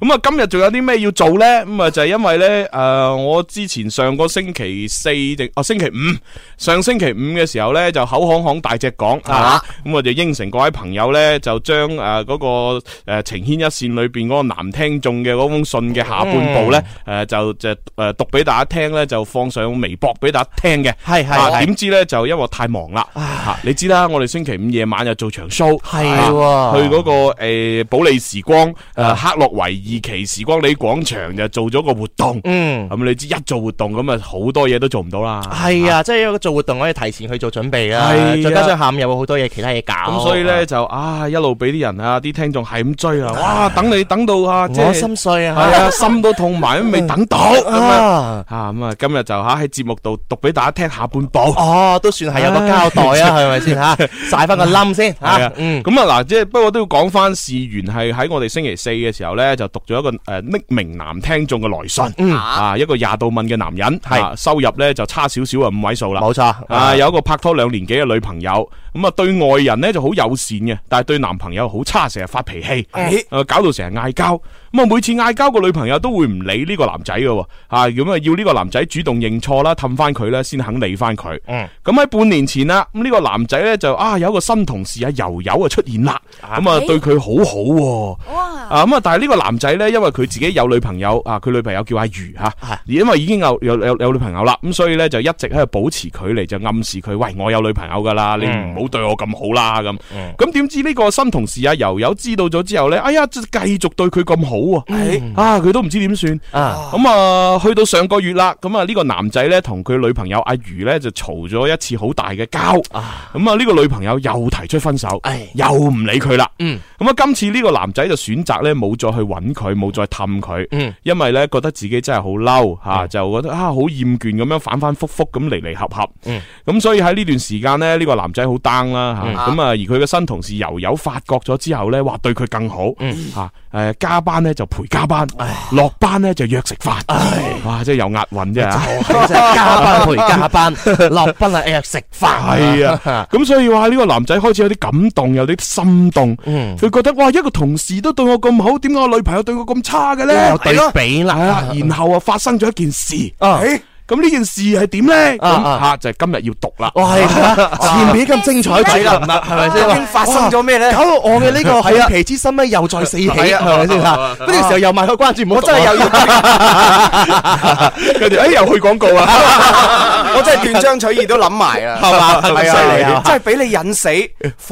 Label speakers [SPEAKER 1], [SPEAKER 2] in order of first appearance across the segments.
[SPEAKER 1] 咁啊，今日仲有啲咩要做咧？咁啊，就係因為咧，诶、我之前上個星期四定啊星期五，上星期五嘅時候咧，就口行行大隻講啊，咁我就應承各位朋友咧，就將诶嗰個诶情牽一線裏边嗰個男聽眾嘅嗰封信嘅下半部咧，诶、就就诶、呃讀俾大家聽咧，就放上微博俾大家聽嘅。
[SPEAKER 2] 係係
[SPEAKER 1] 啊
[SPEAKER 2] 係
[SPEAKER 1] 點知咧就因為我太忙啦，吓你知啦，我哋星期五夜晚又做場 show，
[SPEAKER 2] 係
[SPEAKER 1] 啊
[SPEAKER 2] 喎啊
[SPEAKER 1] 去嗰個诶保利時光诶克洛維二期時光里廣場就做咗個活動，
[SPEAKER 2] 嗯，
[SPEAKER 1] 咁你知一做活動咁啊好多嘢都做唔到啦，
[SPEAKER 2] 係啊，即係有個做活動可以提前去做準備啦
[SPEAKER 1] 係啊，
[SPEAKER 2] 再加上下午有好多嘢其他嘢搞，
[SPEAKER 1] 咁所以咧就啊一路俾啲人啊啲聽眾係咁追啊，哇等你等到啊即
[SPEAKER 2] 我
[SPEAKER 1] 係
[SPEAKER 2] 心碎
[SPEAKER 1] 係
[SPEAKER 2] 啊，
[SPEAKER 1] 啊心都痛埋，都未等到咁樣
[SPEAKER 2] 啊，
[SPEAKER 1] 啊咁啊今日就吓喺節目度讀俾大家聽下半部。
[SPEAKER 2] 哦，都算係有個交代啊，係咪先吓？晒翻個冧先
[SPEAKER 1] 系
[SPEAKER 2] 吓
[SPEAKER 1] 啊，，
[SPEAKER 2] 嗯，
[SPEAKER 1] 咁啊嗱，即系不過都要講翻事源係喺我哋星期四嘅時候咧，就讀咗一個诶匿名男聽眾嘅來信，啊一個廿度問嘅男人，
[SPEAKER 2] 係
[SPEAKER 1] 啊收入咧就差少少啊五位數啦。
[SPEAKER 2] 冇錯
[SPEAKER 1] 啊！有一個拍拖兩年幾嘅女朋友，咁啊對外人咧就好友善嘅，但係對男朋友好差，成日發脾氣，哎
[SPEAKER 2] 咦
[SPEAKER 1] 誒搞到成日嗌交。咁啊每次嗌交個女朋友都會唔理呢個男仔嘅喎，啊咁啊要呢個男仔主動認錯啦，氹翻佢啦，先肯理翻佢。
[SPEAKER 2] 嗯
[SPEAKER 1] 咁喺半年前啦，咁呢個男仔咧就啊有一個新同事啊柔柔啊出現啦，咁啊
[SPEAKER 3] 咦
[SPEAKER 1] 對佢好好喎。
[SPEAKER 3] 哇，
[SPEAKER 1] 啊咁啊！但係呢個男仔咧，因為佢自己有女朋友啊，佢女朋友叫阿如吓，而因為已經有有有有女朋友啦，咁所以咧就一直喺度保持距離，就暗示佢喂我有女朋友噶啦，你唔好對我咁好啦咁。咁點知呢個新同事阿啊柔柔知道咗之後咧，哎呀，即係繼續對佢咁好喎，啊佢都唔知點算。
[SPEAKER 2] 啊，
[SPEAKER 1] 咁啊，去到上個月啦，咁啊呢個男仔咧同佢女朋友阿如咧就嘈咗一次好大嘅交，咁啊呢個女朋友又提出分手
[SPEAKER 2] 唉，
[SPEAKER 1] 又唔理佢啦。
[SPEAKER 2] 哎嗯
[SPEAKER 1] 咁啊今次呢個男仔就選擇咧冇再去揾佢，冇再氹佢
[SPEAKER 2] 嗯，
[SPEAKER 1] 因為咧覺得自己真係好嬲吓，就覺得啊好厭倦咁樣反反覆覆咁離離合合。咁所以喺呢段時間咧，呢個男仔好 down 啦嚇，咁啊而佢嘅新同事柔柔發覺咗之後咧，哇對佢更好嚇，誒加班咧就陪加班，落班咧就約食飯，哇真係有押韻啫啊嚇。
[SPEAKER 2] 真係加班陪 加班，落班啊，哎食飯
[SPEAKER 1] 係啊，咁所以話呢個男仔開始有啲感動，有啲心動，
[SPEAKER 2] 嗯
[SPEAKER 1] 佢覺得哇一個同事都對我咁好，點解我女朋友對我咁差嘅咧？
[SPEAKER 2] 有對比
[SPEAKER 1] 係
[SPEAKER 2] 啦，
[SPEAKER 1] 啦，然後啊發生咗一件事，
[SPEAKER 2] 啊
[SPEAKER 1] 咁呢件事係點咧？
[SPEAKER 2] 啊
[SPEAKER 1] 咁
[SPEAKER 2] 啊
[SPEAKER 1] 嚇就係今日要讀啦。
[SPEAKER 2] 哇，係前面咁精彩絕倫啦，係咪先？
[SPEAKER 4] 發生咗咩咧？
[SPEAKER 2] 搞到我嘅呢個好奇之心咧，又再四起，啊係啊咪先嚇？呢個時啊候又賣個關注，唔好
[SPEAKER 4] 我真係又要，
[SPEAKER 1] 佢哋誒哎又去廣告啊啦。
[SPEAKER 4] 我真係斷章取義都諗埋啦，
[SPEAKER 2] 係嘛
[SPEAKER 4] 係
[SPEAKER 2] 係啊
[SPEAKER 4] 犀利
[SPEAKER 2] 係啊
[SPEAKER 4] 真係俾你引死，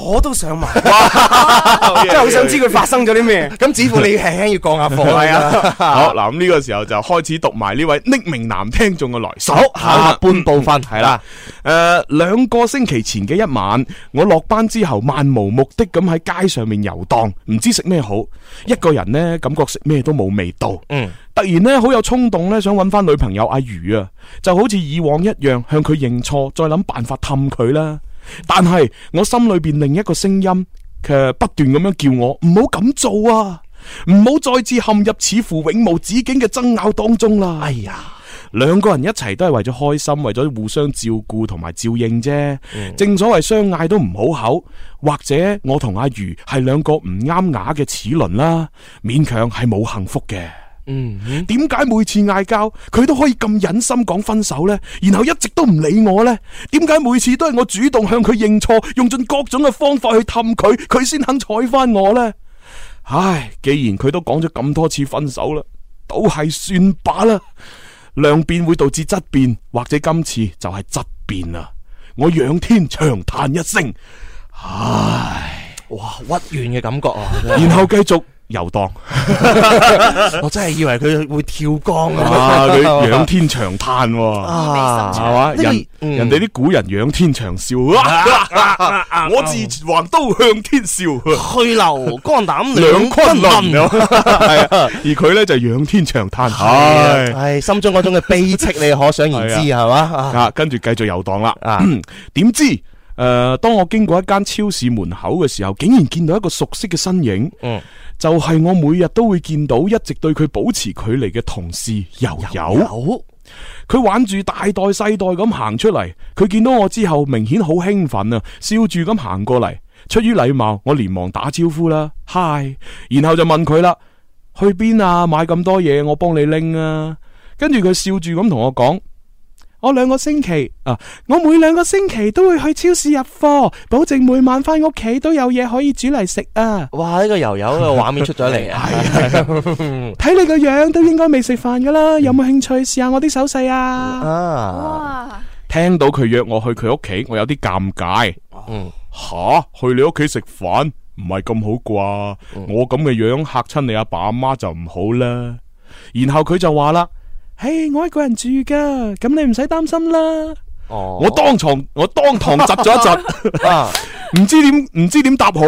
[SPEAKER 4] 火都上埋，真係好想知佢發生咗啲咩。
[SPEAKER 2] 咁，似乎你輕輕要降下火係啊。
[SPEAKER 1] 好嗱，咁呢個時候就開始讀埋呢位匿名男聽眾嘅來信。啊
[SPEAKER 2] 好，下半部分係
[SPEAKER 1] 系啦，，诶、呃兩個星期前嘅一晚，我落班之後漫無目的咁喺街上面遊蕩，唔知食咩好，一個人呢，感覺食咩都冇味道。
[SPEAKER 2] 嗯，
[SPEAKER 1] 突然呢，好有衝動呢，想揾翻女朋友阿如啊，就好似以往一樣向佢認錯，再諗辦法氹佢啦。但係我心裏邊另一個聲音，佢不斷咁樣叫我唔好咁做啊，唔好再次陷入似乎永無止境嘅爭拗當中啦。哎呀！兩個人一齊都係為咗開心，為咗互相照顧同埋照應啫。正所謂相嗌都唔好口，或者我同阿如係兩個唔啱牙嘅齒輪啦，勉強係冇幸福嘅。嗯，點解每次嗌交佢都可以咁忍心講分手呢？然後一直都唔理我呢？點解每次都係我主動向佢認錯，用盡各種嘅方法去氹佢，佢先肯睬翻我呢？唉，既然佢都講咗咁多次分手啦，都係算罷啦。量變會導致質變，或者今次就係質變啦。我仰天長嘆一聲，
[SPEAKER 2] 哇，屈原嘅感覺啊！
[SPEAKER 1] 然後繼續遊蕩。
[SPEAKER 2] 我真係以為佢會跳江啊！
[SPEAKER 1] 啊， 佢仰天長嘆喎，
[SPEAKER 3] 啊
[SPEAKER 1] 係嘛？
[SPEAKER 2] 呢個
[SPEAKER 1] 人
[SPEAKER 2] 嗯
[SPEAKER 1] 人哋啲古人仰天長 啊嘯，啊我自橫刀向天笑，啊
[SPEAKER 2] 去留肝膽
[SPEAKER 1] 兩
[SPEAKER 2] 兩
[SPEAKER 1] 昆
[SPEAKER 2] 昆
[SPEAKER 1] 崙
[SPEAKER 2] 崙，
[SPEAKER 1] 係啊而佢咧就仰天長嘆，唉。
[SPEAKER 2] 係啊心中嗰種嘅悲戚，你可想而知係嘛？啊
[SPEAKER 1] 啊，跟住繼續遊蕩啦。
[SPEAKER 2] 啊
[SPEAKER 1] 點知诶、呃，当我經過一間超市門口嘅時候，竟然見到一個熟悉嘅身影。
[SPEAKER 2] 嗯，
[SPEAKER 1] 就係我每日都會見到一直對佢保持距離嘅同事柔柔。
[SPEAKER 2] 有
[SPEAKER 1] 佢玩住大袋細袋咁行出嚟，佢見到我之後，明顯好興奮啊，笑住咁行過嚟。出於禮貌，我連忙打招呼啦，嗨，然後就問佢啦：去邊啊？買咁多嘢，我幫你拎啊！跟住佢笑住咁同我講：我兩個星期啊，我每兩個星期都會去超市入貨，保證每晚翻屋企都有嘢可以煮嚟食啊！
[SPEAKER 2] 哇！呢、個油油嘅畫面出咗嚟啊！
[SPEAKER 1] 睇你個樣都應該未食飯噶啦，有冇興趣試下我啲手勢啊？
[SPEAKER 2] 啊，
[SPEAKER 3] 哇，
[SPEAKER 1] 聽到佢約我去佢屋企，我有啲尷尬。
[SPEAKER 2] 嗯，
[SPEAKER 1] 吓，去你屋企食飯唔係咁好啩？我咁嘅樣嚇親你阿爸阿媽就唔好啦。然後佢就話啦：，嘿，我一個人住噶，咁你唔使擔心啦。
[SPEAKER 2] 哦，
[SPEAKER 1] 我當堂我當堂窒咗一窒，
[SPEAKER 2] 啊，
[SPEAKER 1] 唔知點唔知點答好。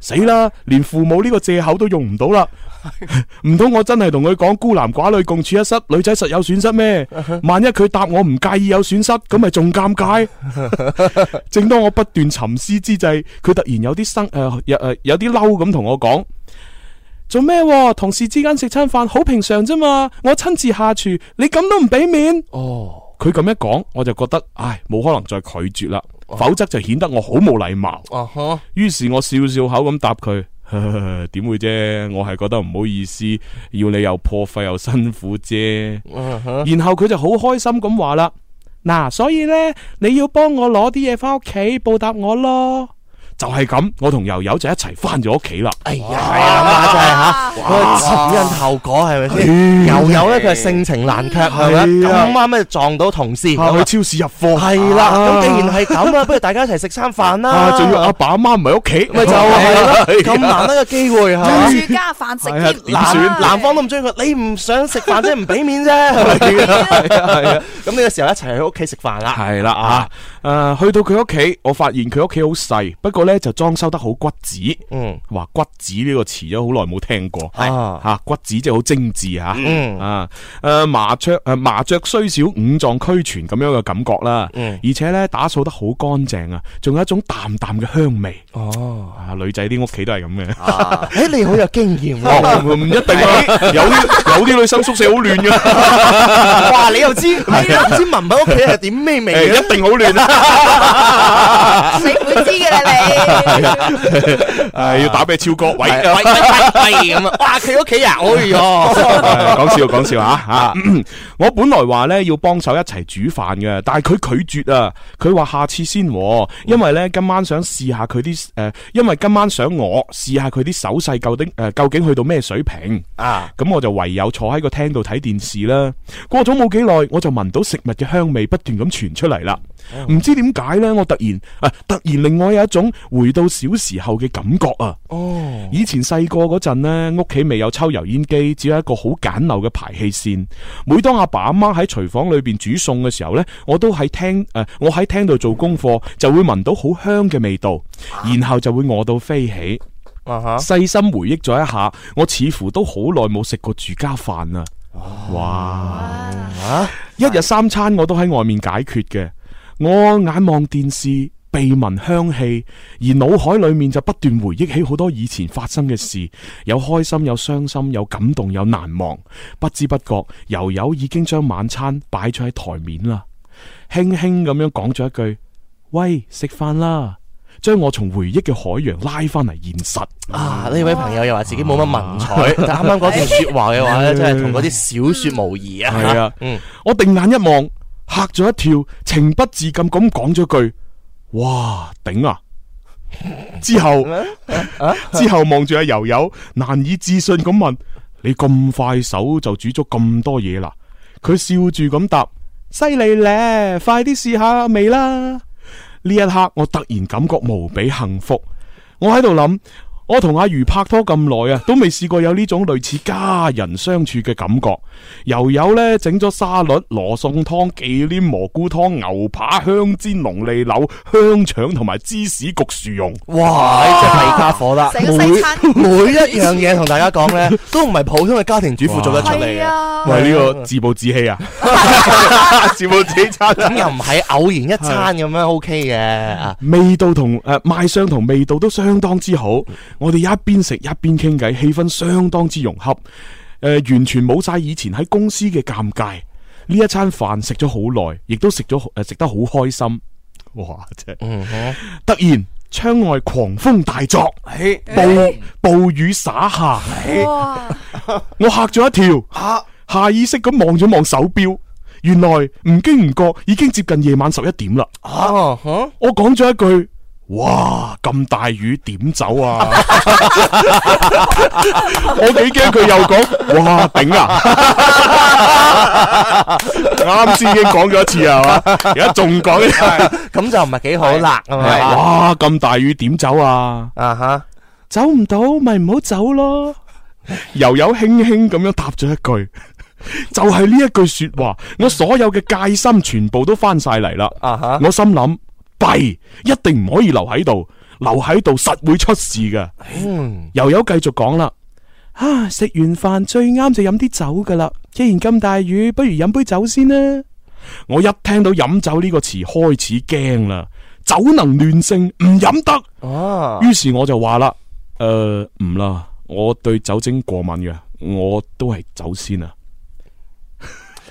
[SPEAKER 1] 死啦！連父母呢個借口都用唔到啦，唔通我真係同佢講孤男寡女共處一室，女仔實有損失咩？萬一佢答我唔介意有損失，咁咪仲尷尬。正當我不斷沉思之際，佢突然有啲生诶有诶有啲嬲咁同我講：做咩喎？同事之間食餐飯好平常啫嘛，我親自下廚，你咁都唔俾面？
[SPEAKER 2] 哦，
[SPEAKER 1] 佢咁一講，我就覺得唉，冇可能再拒絕啦，否則就顯得我好冇禮貌。
[SPEAKER 2] 啊哈，
[SPEAKER 1] 於是我笑笑口咁答佢。 呵呵點會啫？我係覺得唔好意思，要你又破費又辛苦啫。
[SPEAKER 2] 啊哈，
[SPEAKER 1] 然後佢就好開心咁話啦：，嗱，所以呢，你要幫我攞啲嘢翻屋企報答我咯。就係咁，我同柔柔就一齊翻咗屋企啦。
[SPEAKER 2] 哎呀，啊真係嚇。佢前因後果係咪先？
[SPEAKER 1] 係
[SPEAKER 2] 又有咧，佢係性情難卻係咪？
[SPEAKER 1] 係啊
[SPEAKER 2] 咁啱咧撞到同事，
[SPEAKER 1] 啊去超市入貨，
[SPEAKER 2] 係啦。
[SPEAKER 1] 啊
[SPEAKER 2] 咁既然係咁啦，不如大家一齊食餐飯啦。
[SPEAKER 1] 啊，仲要阿爸阿媽唔喺屋企，
[SPEAKER 2] 咪就係 咯，咁難得嘅機會係嘛？
[SPEAKER 3] 住家飯食
[SPEAKER 1] 係啊
[SPEAKER 3] 添，
[SPEAKER 1] 點
[SPEAKER 3] 嗱
[SPEAKER 1] 算
[SPEAKER 2] 男男方都唔中意佢，你唔想食飯即係唔俾面啫， 係咪？係啊係啊，咁呢個時候一齊去屋企食飯啦。
[SPEAKER 1] 系啦啊，诶、去到佢屋企，我發現佢屋企好細，不過呢就裝修得好骨子。
[SPEAKER 2] 嗯，
[SPEAKER 1] 哇，骨子呢個詞咗好耐冇聽過，
[SPEAKER 2] 係
[SPEAKER 1] 吓、骨子即係好精緻吓。
[SPEAKER 2] 嗯
[SPEAKER 1] 啊，诶、麻雀诶、麻雀雖小，五臟俱全咁樣嘅感覺啦。
[SPEAKER 2] 嗯
[SPEAKER 1] 而且呢，打掃得好乾淨啊，仲有一種淡淡嘅香味。
[SPEAKER 2] 哦，啊
[SPEAKER 1] 啊，女仔啲屋企都係咁嘅。
[SPEAKER 2] 誒你好有經驗 喎。
[SPEAKER 1] 哦，唔唔一定啊，有啲有啲女生宿舍好亂嘅，
[SPEAKER 2] 哇！你又知，係啊啦，唔知文文屋企係點咩味
[SPEAKER 1] 誒
[SPEAKER 2] 嘅？
[SPEAKER 1] 一定好亂啊。
[SPEAKER 3] 你會知嘅啦你。
[SPEAKER 1] 係要打俾超哥，喂。
[SPEAKER 2] 喂喂喂咁啊！哇！啊佢屋企人，哎呀，
[SPEAKER 1] 讲笑講笑吓吓， 我本來話咧要幫手一齊煮飯嘅，但係佢拒絕啊，佢話下次先喎，因為咧今晚想試下佢啲诶，因為今晚想我試下佢啲手勢究竟诶究竟去到咩水平，
[SPEAKER 2] 啊，
[SPEAKER 1] 咁我就唯有坐喺個廳度睇電視啦。過咗冇幾耐，我就聞到食物嘅香味不斷咁傳出嚟啦，唔知點解咧，我突然啊突然令我有一種回到小時候嘅感覺啊！
[SPEAKER 2] 哦，
[SPEAKER 1] 以前細個嗰陣呢，屋企未有抽油煙機，只有一個好簡陋嘅排氣扇。每當阿爸阿媽喺廚房裏邊煮餸嘅時候呢，我都喺廳誒、呃我喺廳度做功課，就會聞到好香嘅味道，然後就會餓到飛起。
[SPEAKER 2] 啊哈，
[SPEAKER 1] 細心回憶咗一下，我似乎都好耐冇食過住家飯啦。哇！
[SPEAKER 2] 啊，
[SPEAKER 1] 一日三餐我都喺外面解決嘅，我眼望電視。鼻聞香氣，而腦海裡面就不斷回憶起好多以前發生嘅事，有開心，有傷心，有感動，有難忘。不知不覺，柔柔已經將晚餐擺咗喺台面啦，輕輕咁樣講咗一句：喂，食飯啦！將我從回憶嘅海洋拉翻嚟現實。
[SPEAKER 2] 啊！呢位朋友又話自己冇乜文采，但啱啱嗰段説話嘅話咧，真係同嗰啲小説無異啊！
[SPEAKER 1] 係啊
[SPEAKER 2] 嗯，
[SPEAKER 1] 我定眼一望，吓咗一跳，情不自禁咁講咗句：，哇，頂啊！之 後
[SPEAKER 2] 啊
[SPEAKER 1] 之後望住阿柔柔，難以置信咁問：你咁快手就煮咗咁多嘢啦？佢笑住咁答：犀利咧，快啲試下味啦！呢一刻，我突然感覺無比幸福。我喺度諗，我同阿如拍拖咁耐啊，都未試過有呢種類似家人相處嘅感覺。又有呢，整咗沙律、羅宋湯、忌廉蘑菇湯、牛扒、香煎龍利柳、香腸同埋芝士焗薯蓉。
[SPEAKER 2] 哇！啊呢只係家伙啦，每
[SPEAKER 3] 成個西餐
[SPEAKER 2] 每一樣嘢同大家講咧，都唔係普通嘅家庭主婦做得出嚟
[SPEAKER 3] 係
[SPEAKER 2] 嘅。
[SPEAKER 3] 啊，
[SPEAKER 1] 喂，呢、個自暴自棄啊！自暴自棄餐
[SPEAKER 2] 咁又唔係偶然一餐咁樣 OK 嘅啊！
[SPEAKER 1] 味道同诶、賣相同味道都相當之好，我哋一邊食一邊傾偈，氣氛相當之融洽，诶、完全冇晒以前喺公司嘅尷尬。呢一餐飯呃食咗好耐，亦都食咗诶食得好開心。哇！真係
[SPEAKER 2] 嗯哼，
[SPEAKER 1] 突然窗外狂風大作，
[SPEAKER 4] 哎，
[SPEAKER 1] 暴暴雨灑下，
[SPEAKER 3] 哇，
[SPEAKER 1] 我嚇咗一跳，
[SPEAKER 4] 吓，
[SPEAKER 1] 下意識咁望咗望手錶，原來唔經唔覺已經接近夜晚十一點啦。
[SPEAKER 2] 哦，吓
[SPEAKER 1] 我講咗一句：哇，咁大雨點走啊！ 我幾驚佢又講：哇，頂啊！ 啱先已經講咗一次啊，係嘛？而家仲講一次，
[SPEAKER 2] 咁就唔係幾好啦，係咪啊？
[SPEAKER 1] 哇，咁大雨點走啊？
[SPEAKER 2] 啊哈，
[SPEAKER 1] 走唔到咪唔好走咯。悠悠輕輕咁樣答咗一句， 就係呢一句说話，我所有嘅戒心全部都翻晒嚟啦。
[SPEAKER 2] 啊哈，
[SPEAKER 1] 我心諗弊，一定唔可以留喺度，留喺度實會出事噶。
[SPEAKER 2] 嗯，
[SPEAKER 1] 悠悠繼續講啦，啊，食完飯最啱就飲啲酒噶啦。既然咁大雨，不如飲杯酒先啦。我一聽到飲酒呢個詞開始驚啦，酒能亂性，唔飲得。
[SPEAKER 2] 哦，
[SPEAKER 1] 於是我就話啦，诶、唔啦，我對酒精過敏嘅，我都係走先啊。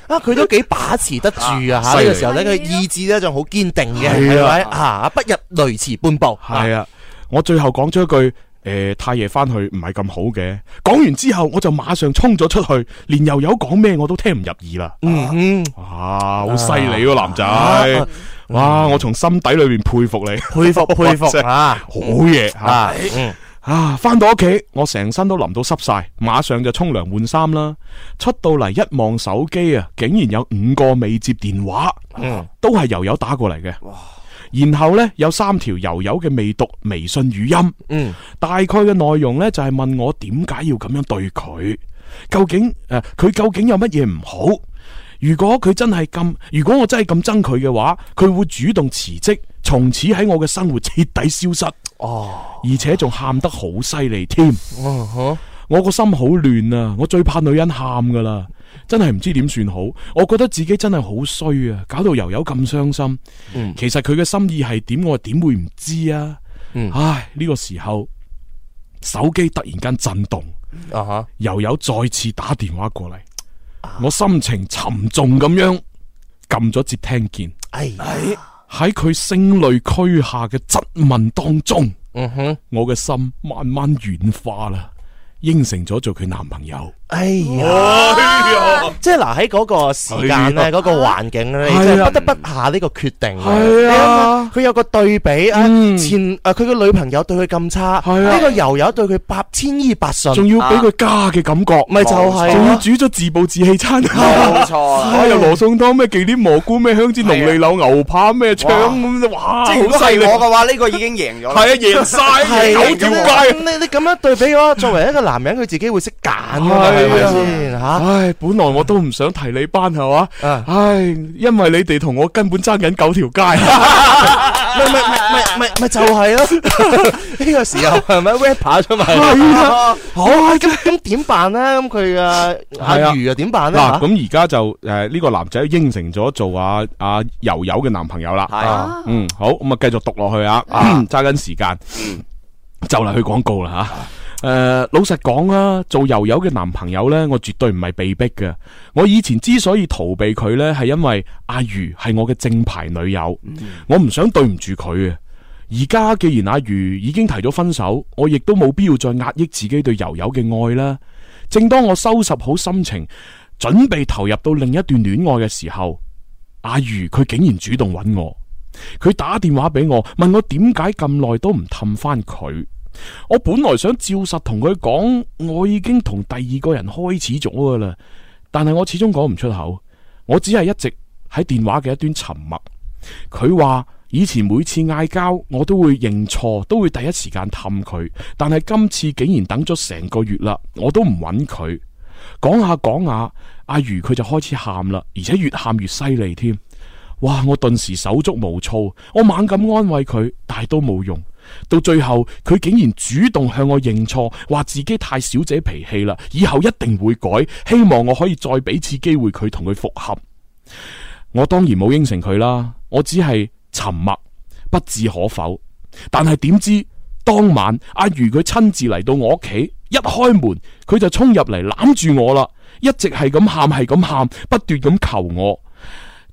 [SPEAKER 2] 啊，佢都幾把持得住啊！
[SPEAKER 1] 犀
[SPEAKER 2] 嚇，
[SPEAKER 1] 利
[SPEAKER 2] 呢個時候咧，佢意志咧仲好堅定嘅，
[SPEAKER 1] 係
[SPEAKER 2] 係
[SPEAKER 1] 啊
[SPEAKER 2] 咪啊？不入雷池半步，
[SPEAKER 1] 係啊，我最後講咗一句。诶、太夜翻去唔係咁好嘅。講完之後，我就馬上衝咗出去，連悠悠講咩我都聽唔入耳啦。
[SPEAKER 2] 嗯，
[SPEAKER 1] 哇，啊好犀利喎，男仔！啊哇，我從心底裏面佩服你，
[SPEAKER 2] 佩服佩服
[SPEAKER 1] 真係
[SPEAKER 2] 啊！
[SPEAKER 1] 好嘢吓！
[SPEAKER 2] 啊，嗯
[SPEAKER 1] 啊，翻到屋企，我成身都淋到濕晒，馬上就沖涼換衫啦。出到嚟一望手機啊，竟然有五個未接電話，
[SPEAKER 2] 嗯，
[SPEAKER 1] 都係悠悠打過嚟嘅。然後呢，有三條悠悠嘅未讀微信語音，
[SPEAKER 2] 嗯，
[SPEAKER 1] 大概嘅內容呢，就係問我點解要咁樣對佢，究竟诶佢、究竟有乜嘢唔好？如果佢真係咁，如果我真係咁憎佢嘅話，佢會主動辭職，從此喺我嘅生活徹底消失。
[SPEAKER 2] 哦，
[SPEAKER 1] 而且仲喊得好犀利添。
[SPEAKER 2] 嗯哼，
[SPEAKER 1] 我個心好亂啊！我最怕女人喊噶啦，真係唔知點算好。我覺得自己真係好衰啊，搞到悠悠咁傷心。
[SPEAKER 2] 嗯
[SPEAKER 1] 其實佢嘅心意係點，我點會唔知啊？
[SPEAKER 2] 嗯
[SPEAKER 1] 唉，呢、個時候手機突然間震動，
[SPEAKER 2] 啊哈，
[SPEAKER 1] 悠悠再次打電話過嚟，我心情沉重咁樣撳咗接聽鍵，
[SPEAKER 2] 哎呀，
[SPEAKER 1] 喺佢聲淚俱下嘅質問當中。
[SPEAKER 2] 嗯哼，
[SPEAKER 1] 我嘅心慢慢軟化啦，應承咗做佢男朋友。
[SPEAKER 2] 哎呀。
[SPEAKER 1] 哎
[SPEAKER 2] 即係嗱喺嗰個時間咧，
[SPEAKER 1] 係啊
[SPEAKER 2] 嗰個環境咧，
[SPEAKER 1] 係啊
[SPEAKER 2] 你真係不得不下呢個決定。
[SPEAKER 1] 係啊
[SPEAKER 2] 你諗下佢有個對比啊，
[SPEAKER 1] 嗯
[SPEAKER 2] 前啊佢個女朋友對佢咁差，
[SPEAKER 1] 係啊
[SPEAKER 2] 呢個友友對佢百千依百
[SPEAKER 4] 嗯
[SPEAKER 2] 順，
[SPEAKER 1] 仲要俾佢家嘅感覺，
[SPEAKER 2] 咪就係
[SPEAKER 1] 仲要
[SPEAKER 2] 咯
[SPEAKER 1] 煮咗自暴自棄餐，
[SPEAKER 4] 啊冇錯啦。
[SPEAKER 1] 啊又羅宋湯咩忌廉蘑菇咩香煎龍利柳牛扒咩腸咁，哇！
[SPEAKER 4] 啊即係如果
[SPEAKER 1] 好犀
[SPEAKER 4] 係
[SPEAKER 1] 利，
[SPEAKER 4] 我嘅話，呢個已經贏咗啦。
[SPEAKER 1] 係啊，贏晒
[SPEAKER 2] 係啊
[SPEAKER 1] 九條街。
[SPEAKER 2] 你你咁樣對比嘅話，作為一個男人，佢自己會識揀㗎嘛，係
[SPEAKER 1] 係啊
[SPEAKER 2] 咪先嚇？
[SPEAKER 1] 唉，本來我都唔想提你班係嘛，
[SPEAKER 2] 啊
[SPEAKER 1] 唉，因為你哋同我根本爭緊九條 街。
[SPEAKER 2] 咪咪咪咪咪咪就係 咯，呢個時候係咪 rapper 出埋？
[SPEAKER 1] 係啊，好啊真係
[SPEAKER 2] 咁點辦咧？咁佢啊
[SPEAKER 1] 係啊
[SPEAKER 2] 阿魚啊點辦咧？
[SPEAKER 1] 嗱，
[SPEAKER 2] 嚇
[SPEAKER 1] 咁而家就诶呢個男仔應承咗做阿阿柔柔嘅男朋友啦。
[SPEAKER 4] 係
[SPEAKER 1] 嗯，好，咁啊，繼續讀落去啊，揸緊時間，就嚟去廣告啦吓。诶、老實講啊，做友友嘅男朋友呢，我絕對唔係被逼嘅。我以前之所以逃避佢呢，係因為阿如係我嘅正牌女友，我唔想對唔住佢啊。而家既然阿如已經提咗分手，我亦都冇必要再壓抑自己對友友嘅愛啦。正當我收拾好心情，準備投入到另一段戀愛嘅時候，阿如佢竟然主動揾我。佢打電話俾我，問我點解咁耐都唔氹翻佢。我本來想照實同佢講，我已經同第二個人開始咗噶啦，但係我始終講唔出口，我只係一直喺電話嘅一端沉默。佢話以前每次嗌交，我都會認錯，都會第一時間氹佢，但係今次竟然等咗成個月啦，我都唔揾佢。講下講下，阿如佢就開始喊啦，而且越喊越犀利添。哇！我頓時手足無措，我猛咁安慰佢，但係都冇用。到最後，佢竟然主動向我認錯，話自己太小姐脾氣啦，以後一定會改，希望我可以再俾次機會佢同佢復合。我當然冇應承佢啦，我只係沉默，不置可否。但係點知當晚阿如佢親自嚟到我屋企，一開門佢就衝入嚟攬住我啦，一直係咁喊係咁喊，不斷咁求我。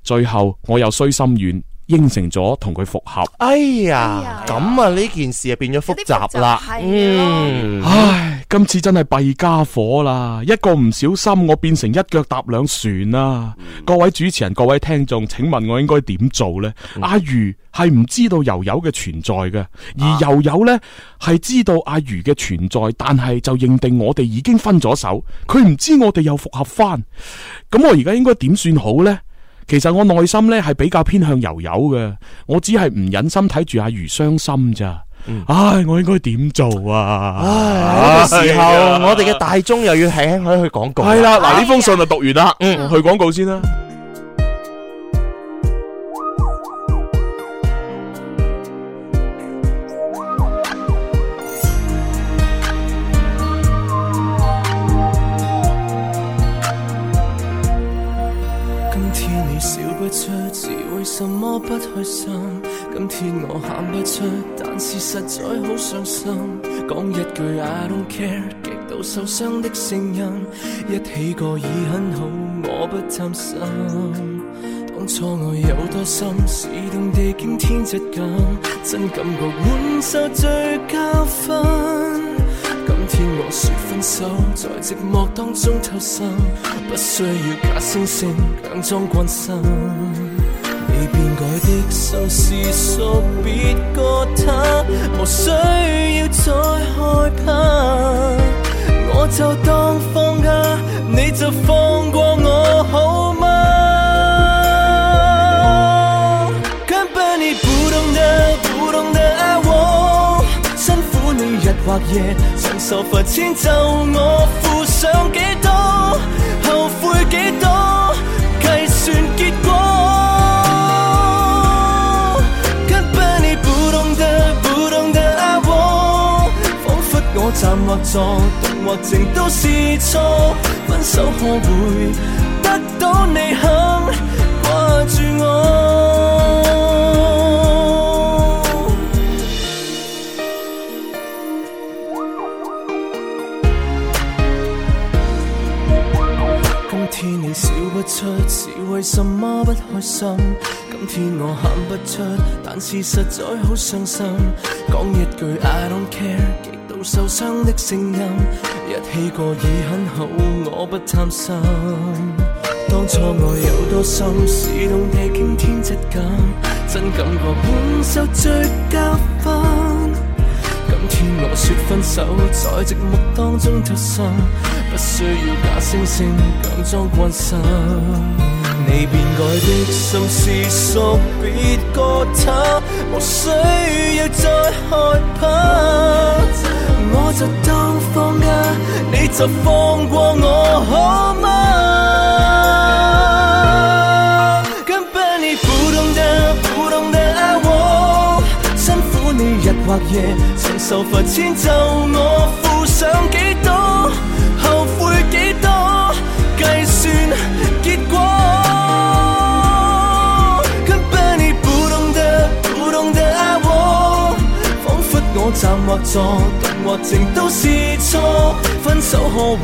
[SPEAKER 1] 最後我又衰心軟，應承咗同佢復合。
[SPEAKER 2] 哎呀
[SPEAKER 3] 呀，
[SPEAKER 2] 咁啊呢件事啊變咗複雜啦
[SPEAKER 3] 有啲複雜係，啊
[SPEAKER 2] 嗯，
[SPEAKER 1] 唉，今次真係弊家伙啦！一個唔小心，我變成一腳踏兩船啦！各位主持人、各位聽眾，請問我應該點做呢？阿如係唔知道悠悠嘅存在嘅，而悠悠呢係知道阿如嘅存在，但係就認定我哋已經分咗手，佢唔知我哋又復合翻。咁我而家應該點算好呢？其實我內心呢係比較偏向悠悠嘅，我只係唔忍心睇住阿如傷心咋。唉，我應該點做啊？
[SPEAKER 2] 唉，呢個時候我哋嘅大鐘又要輕輕去去廣告，
[SPEAKER 1] 系，啦，嗱
[SPEAKER 3] 哎
[SPEAKER 1] 呢
[SPEAKER 3] 呀
[SPEAKER 1] 封信就讀完啦，
[SPEAKER 2] 嗯
[SPEAKER 1] 去廣告先啦。
[SPEAKER 5] 今天你笑不出，是為什麼不開心？今天我喊不出，但是實在好傷心。講一句 I don't care，極度受傷的聲音，一起過已很好，我不貪心。當初我有多深，是動地驚天質感，真感覺滿受最加分。今天我說分手，在寂寞當中偷生，不需要假惺惺強裝關心。你變改的心是屬別個他，無需要再害怕。我就當放假，你就放過我好嗎？根本你不懂得，不懂得愛我，辛苦你日或夜，承受罰錢就我付上幾多，後悔幾多，計算結果。根本你不懂得，不懂得愛我，仿佛我站或坐，動或靜都是錯。分手可會得到你肯掛住我？今天你笑不出，是為什麼不開心？今天我喊不出，但是實在好傷心。講一句 I don't care，極度受傷的聲音，一起過已很好，我不貪心。當初我有多心，是動地驚天質感，真感覺滿手最加分。今天我說分手，在寂寞當中脱身，不需要假惺惺強裝關心。你變改的心是屬別個他，無需要再害怕。我就當放假，你就放過我好嗎？根本你不懂得，不懂得愛我，辛苦你日或夜，承受罰錢就我付上幾多，後悔幾多，計算結果。根本你不懂得，不懂得愛我，仿佛我站或坐，動或靜都是錯，分手可會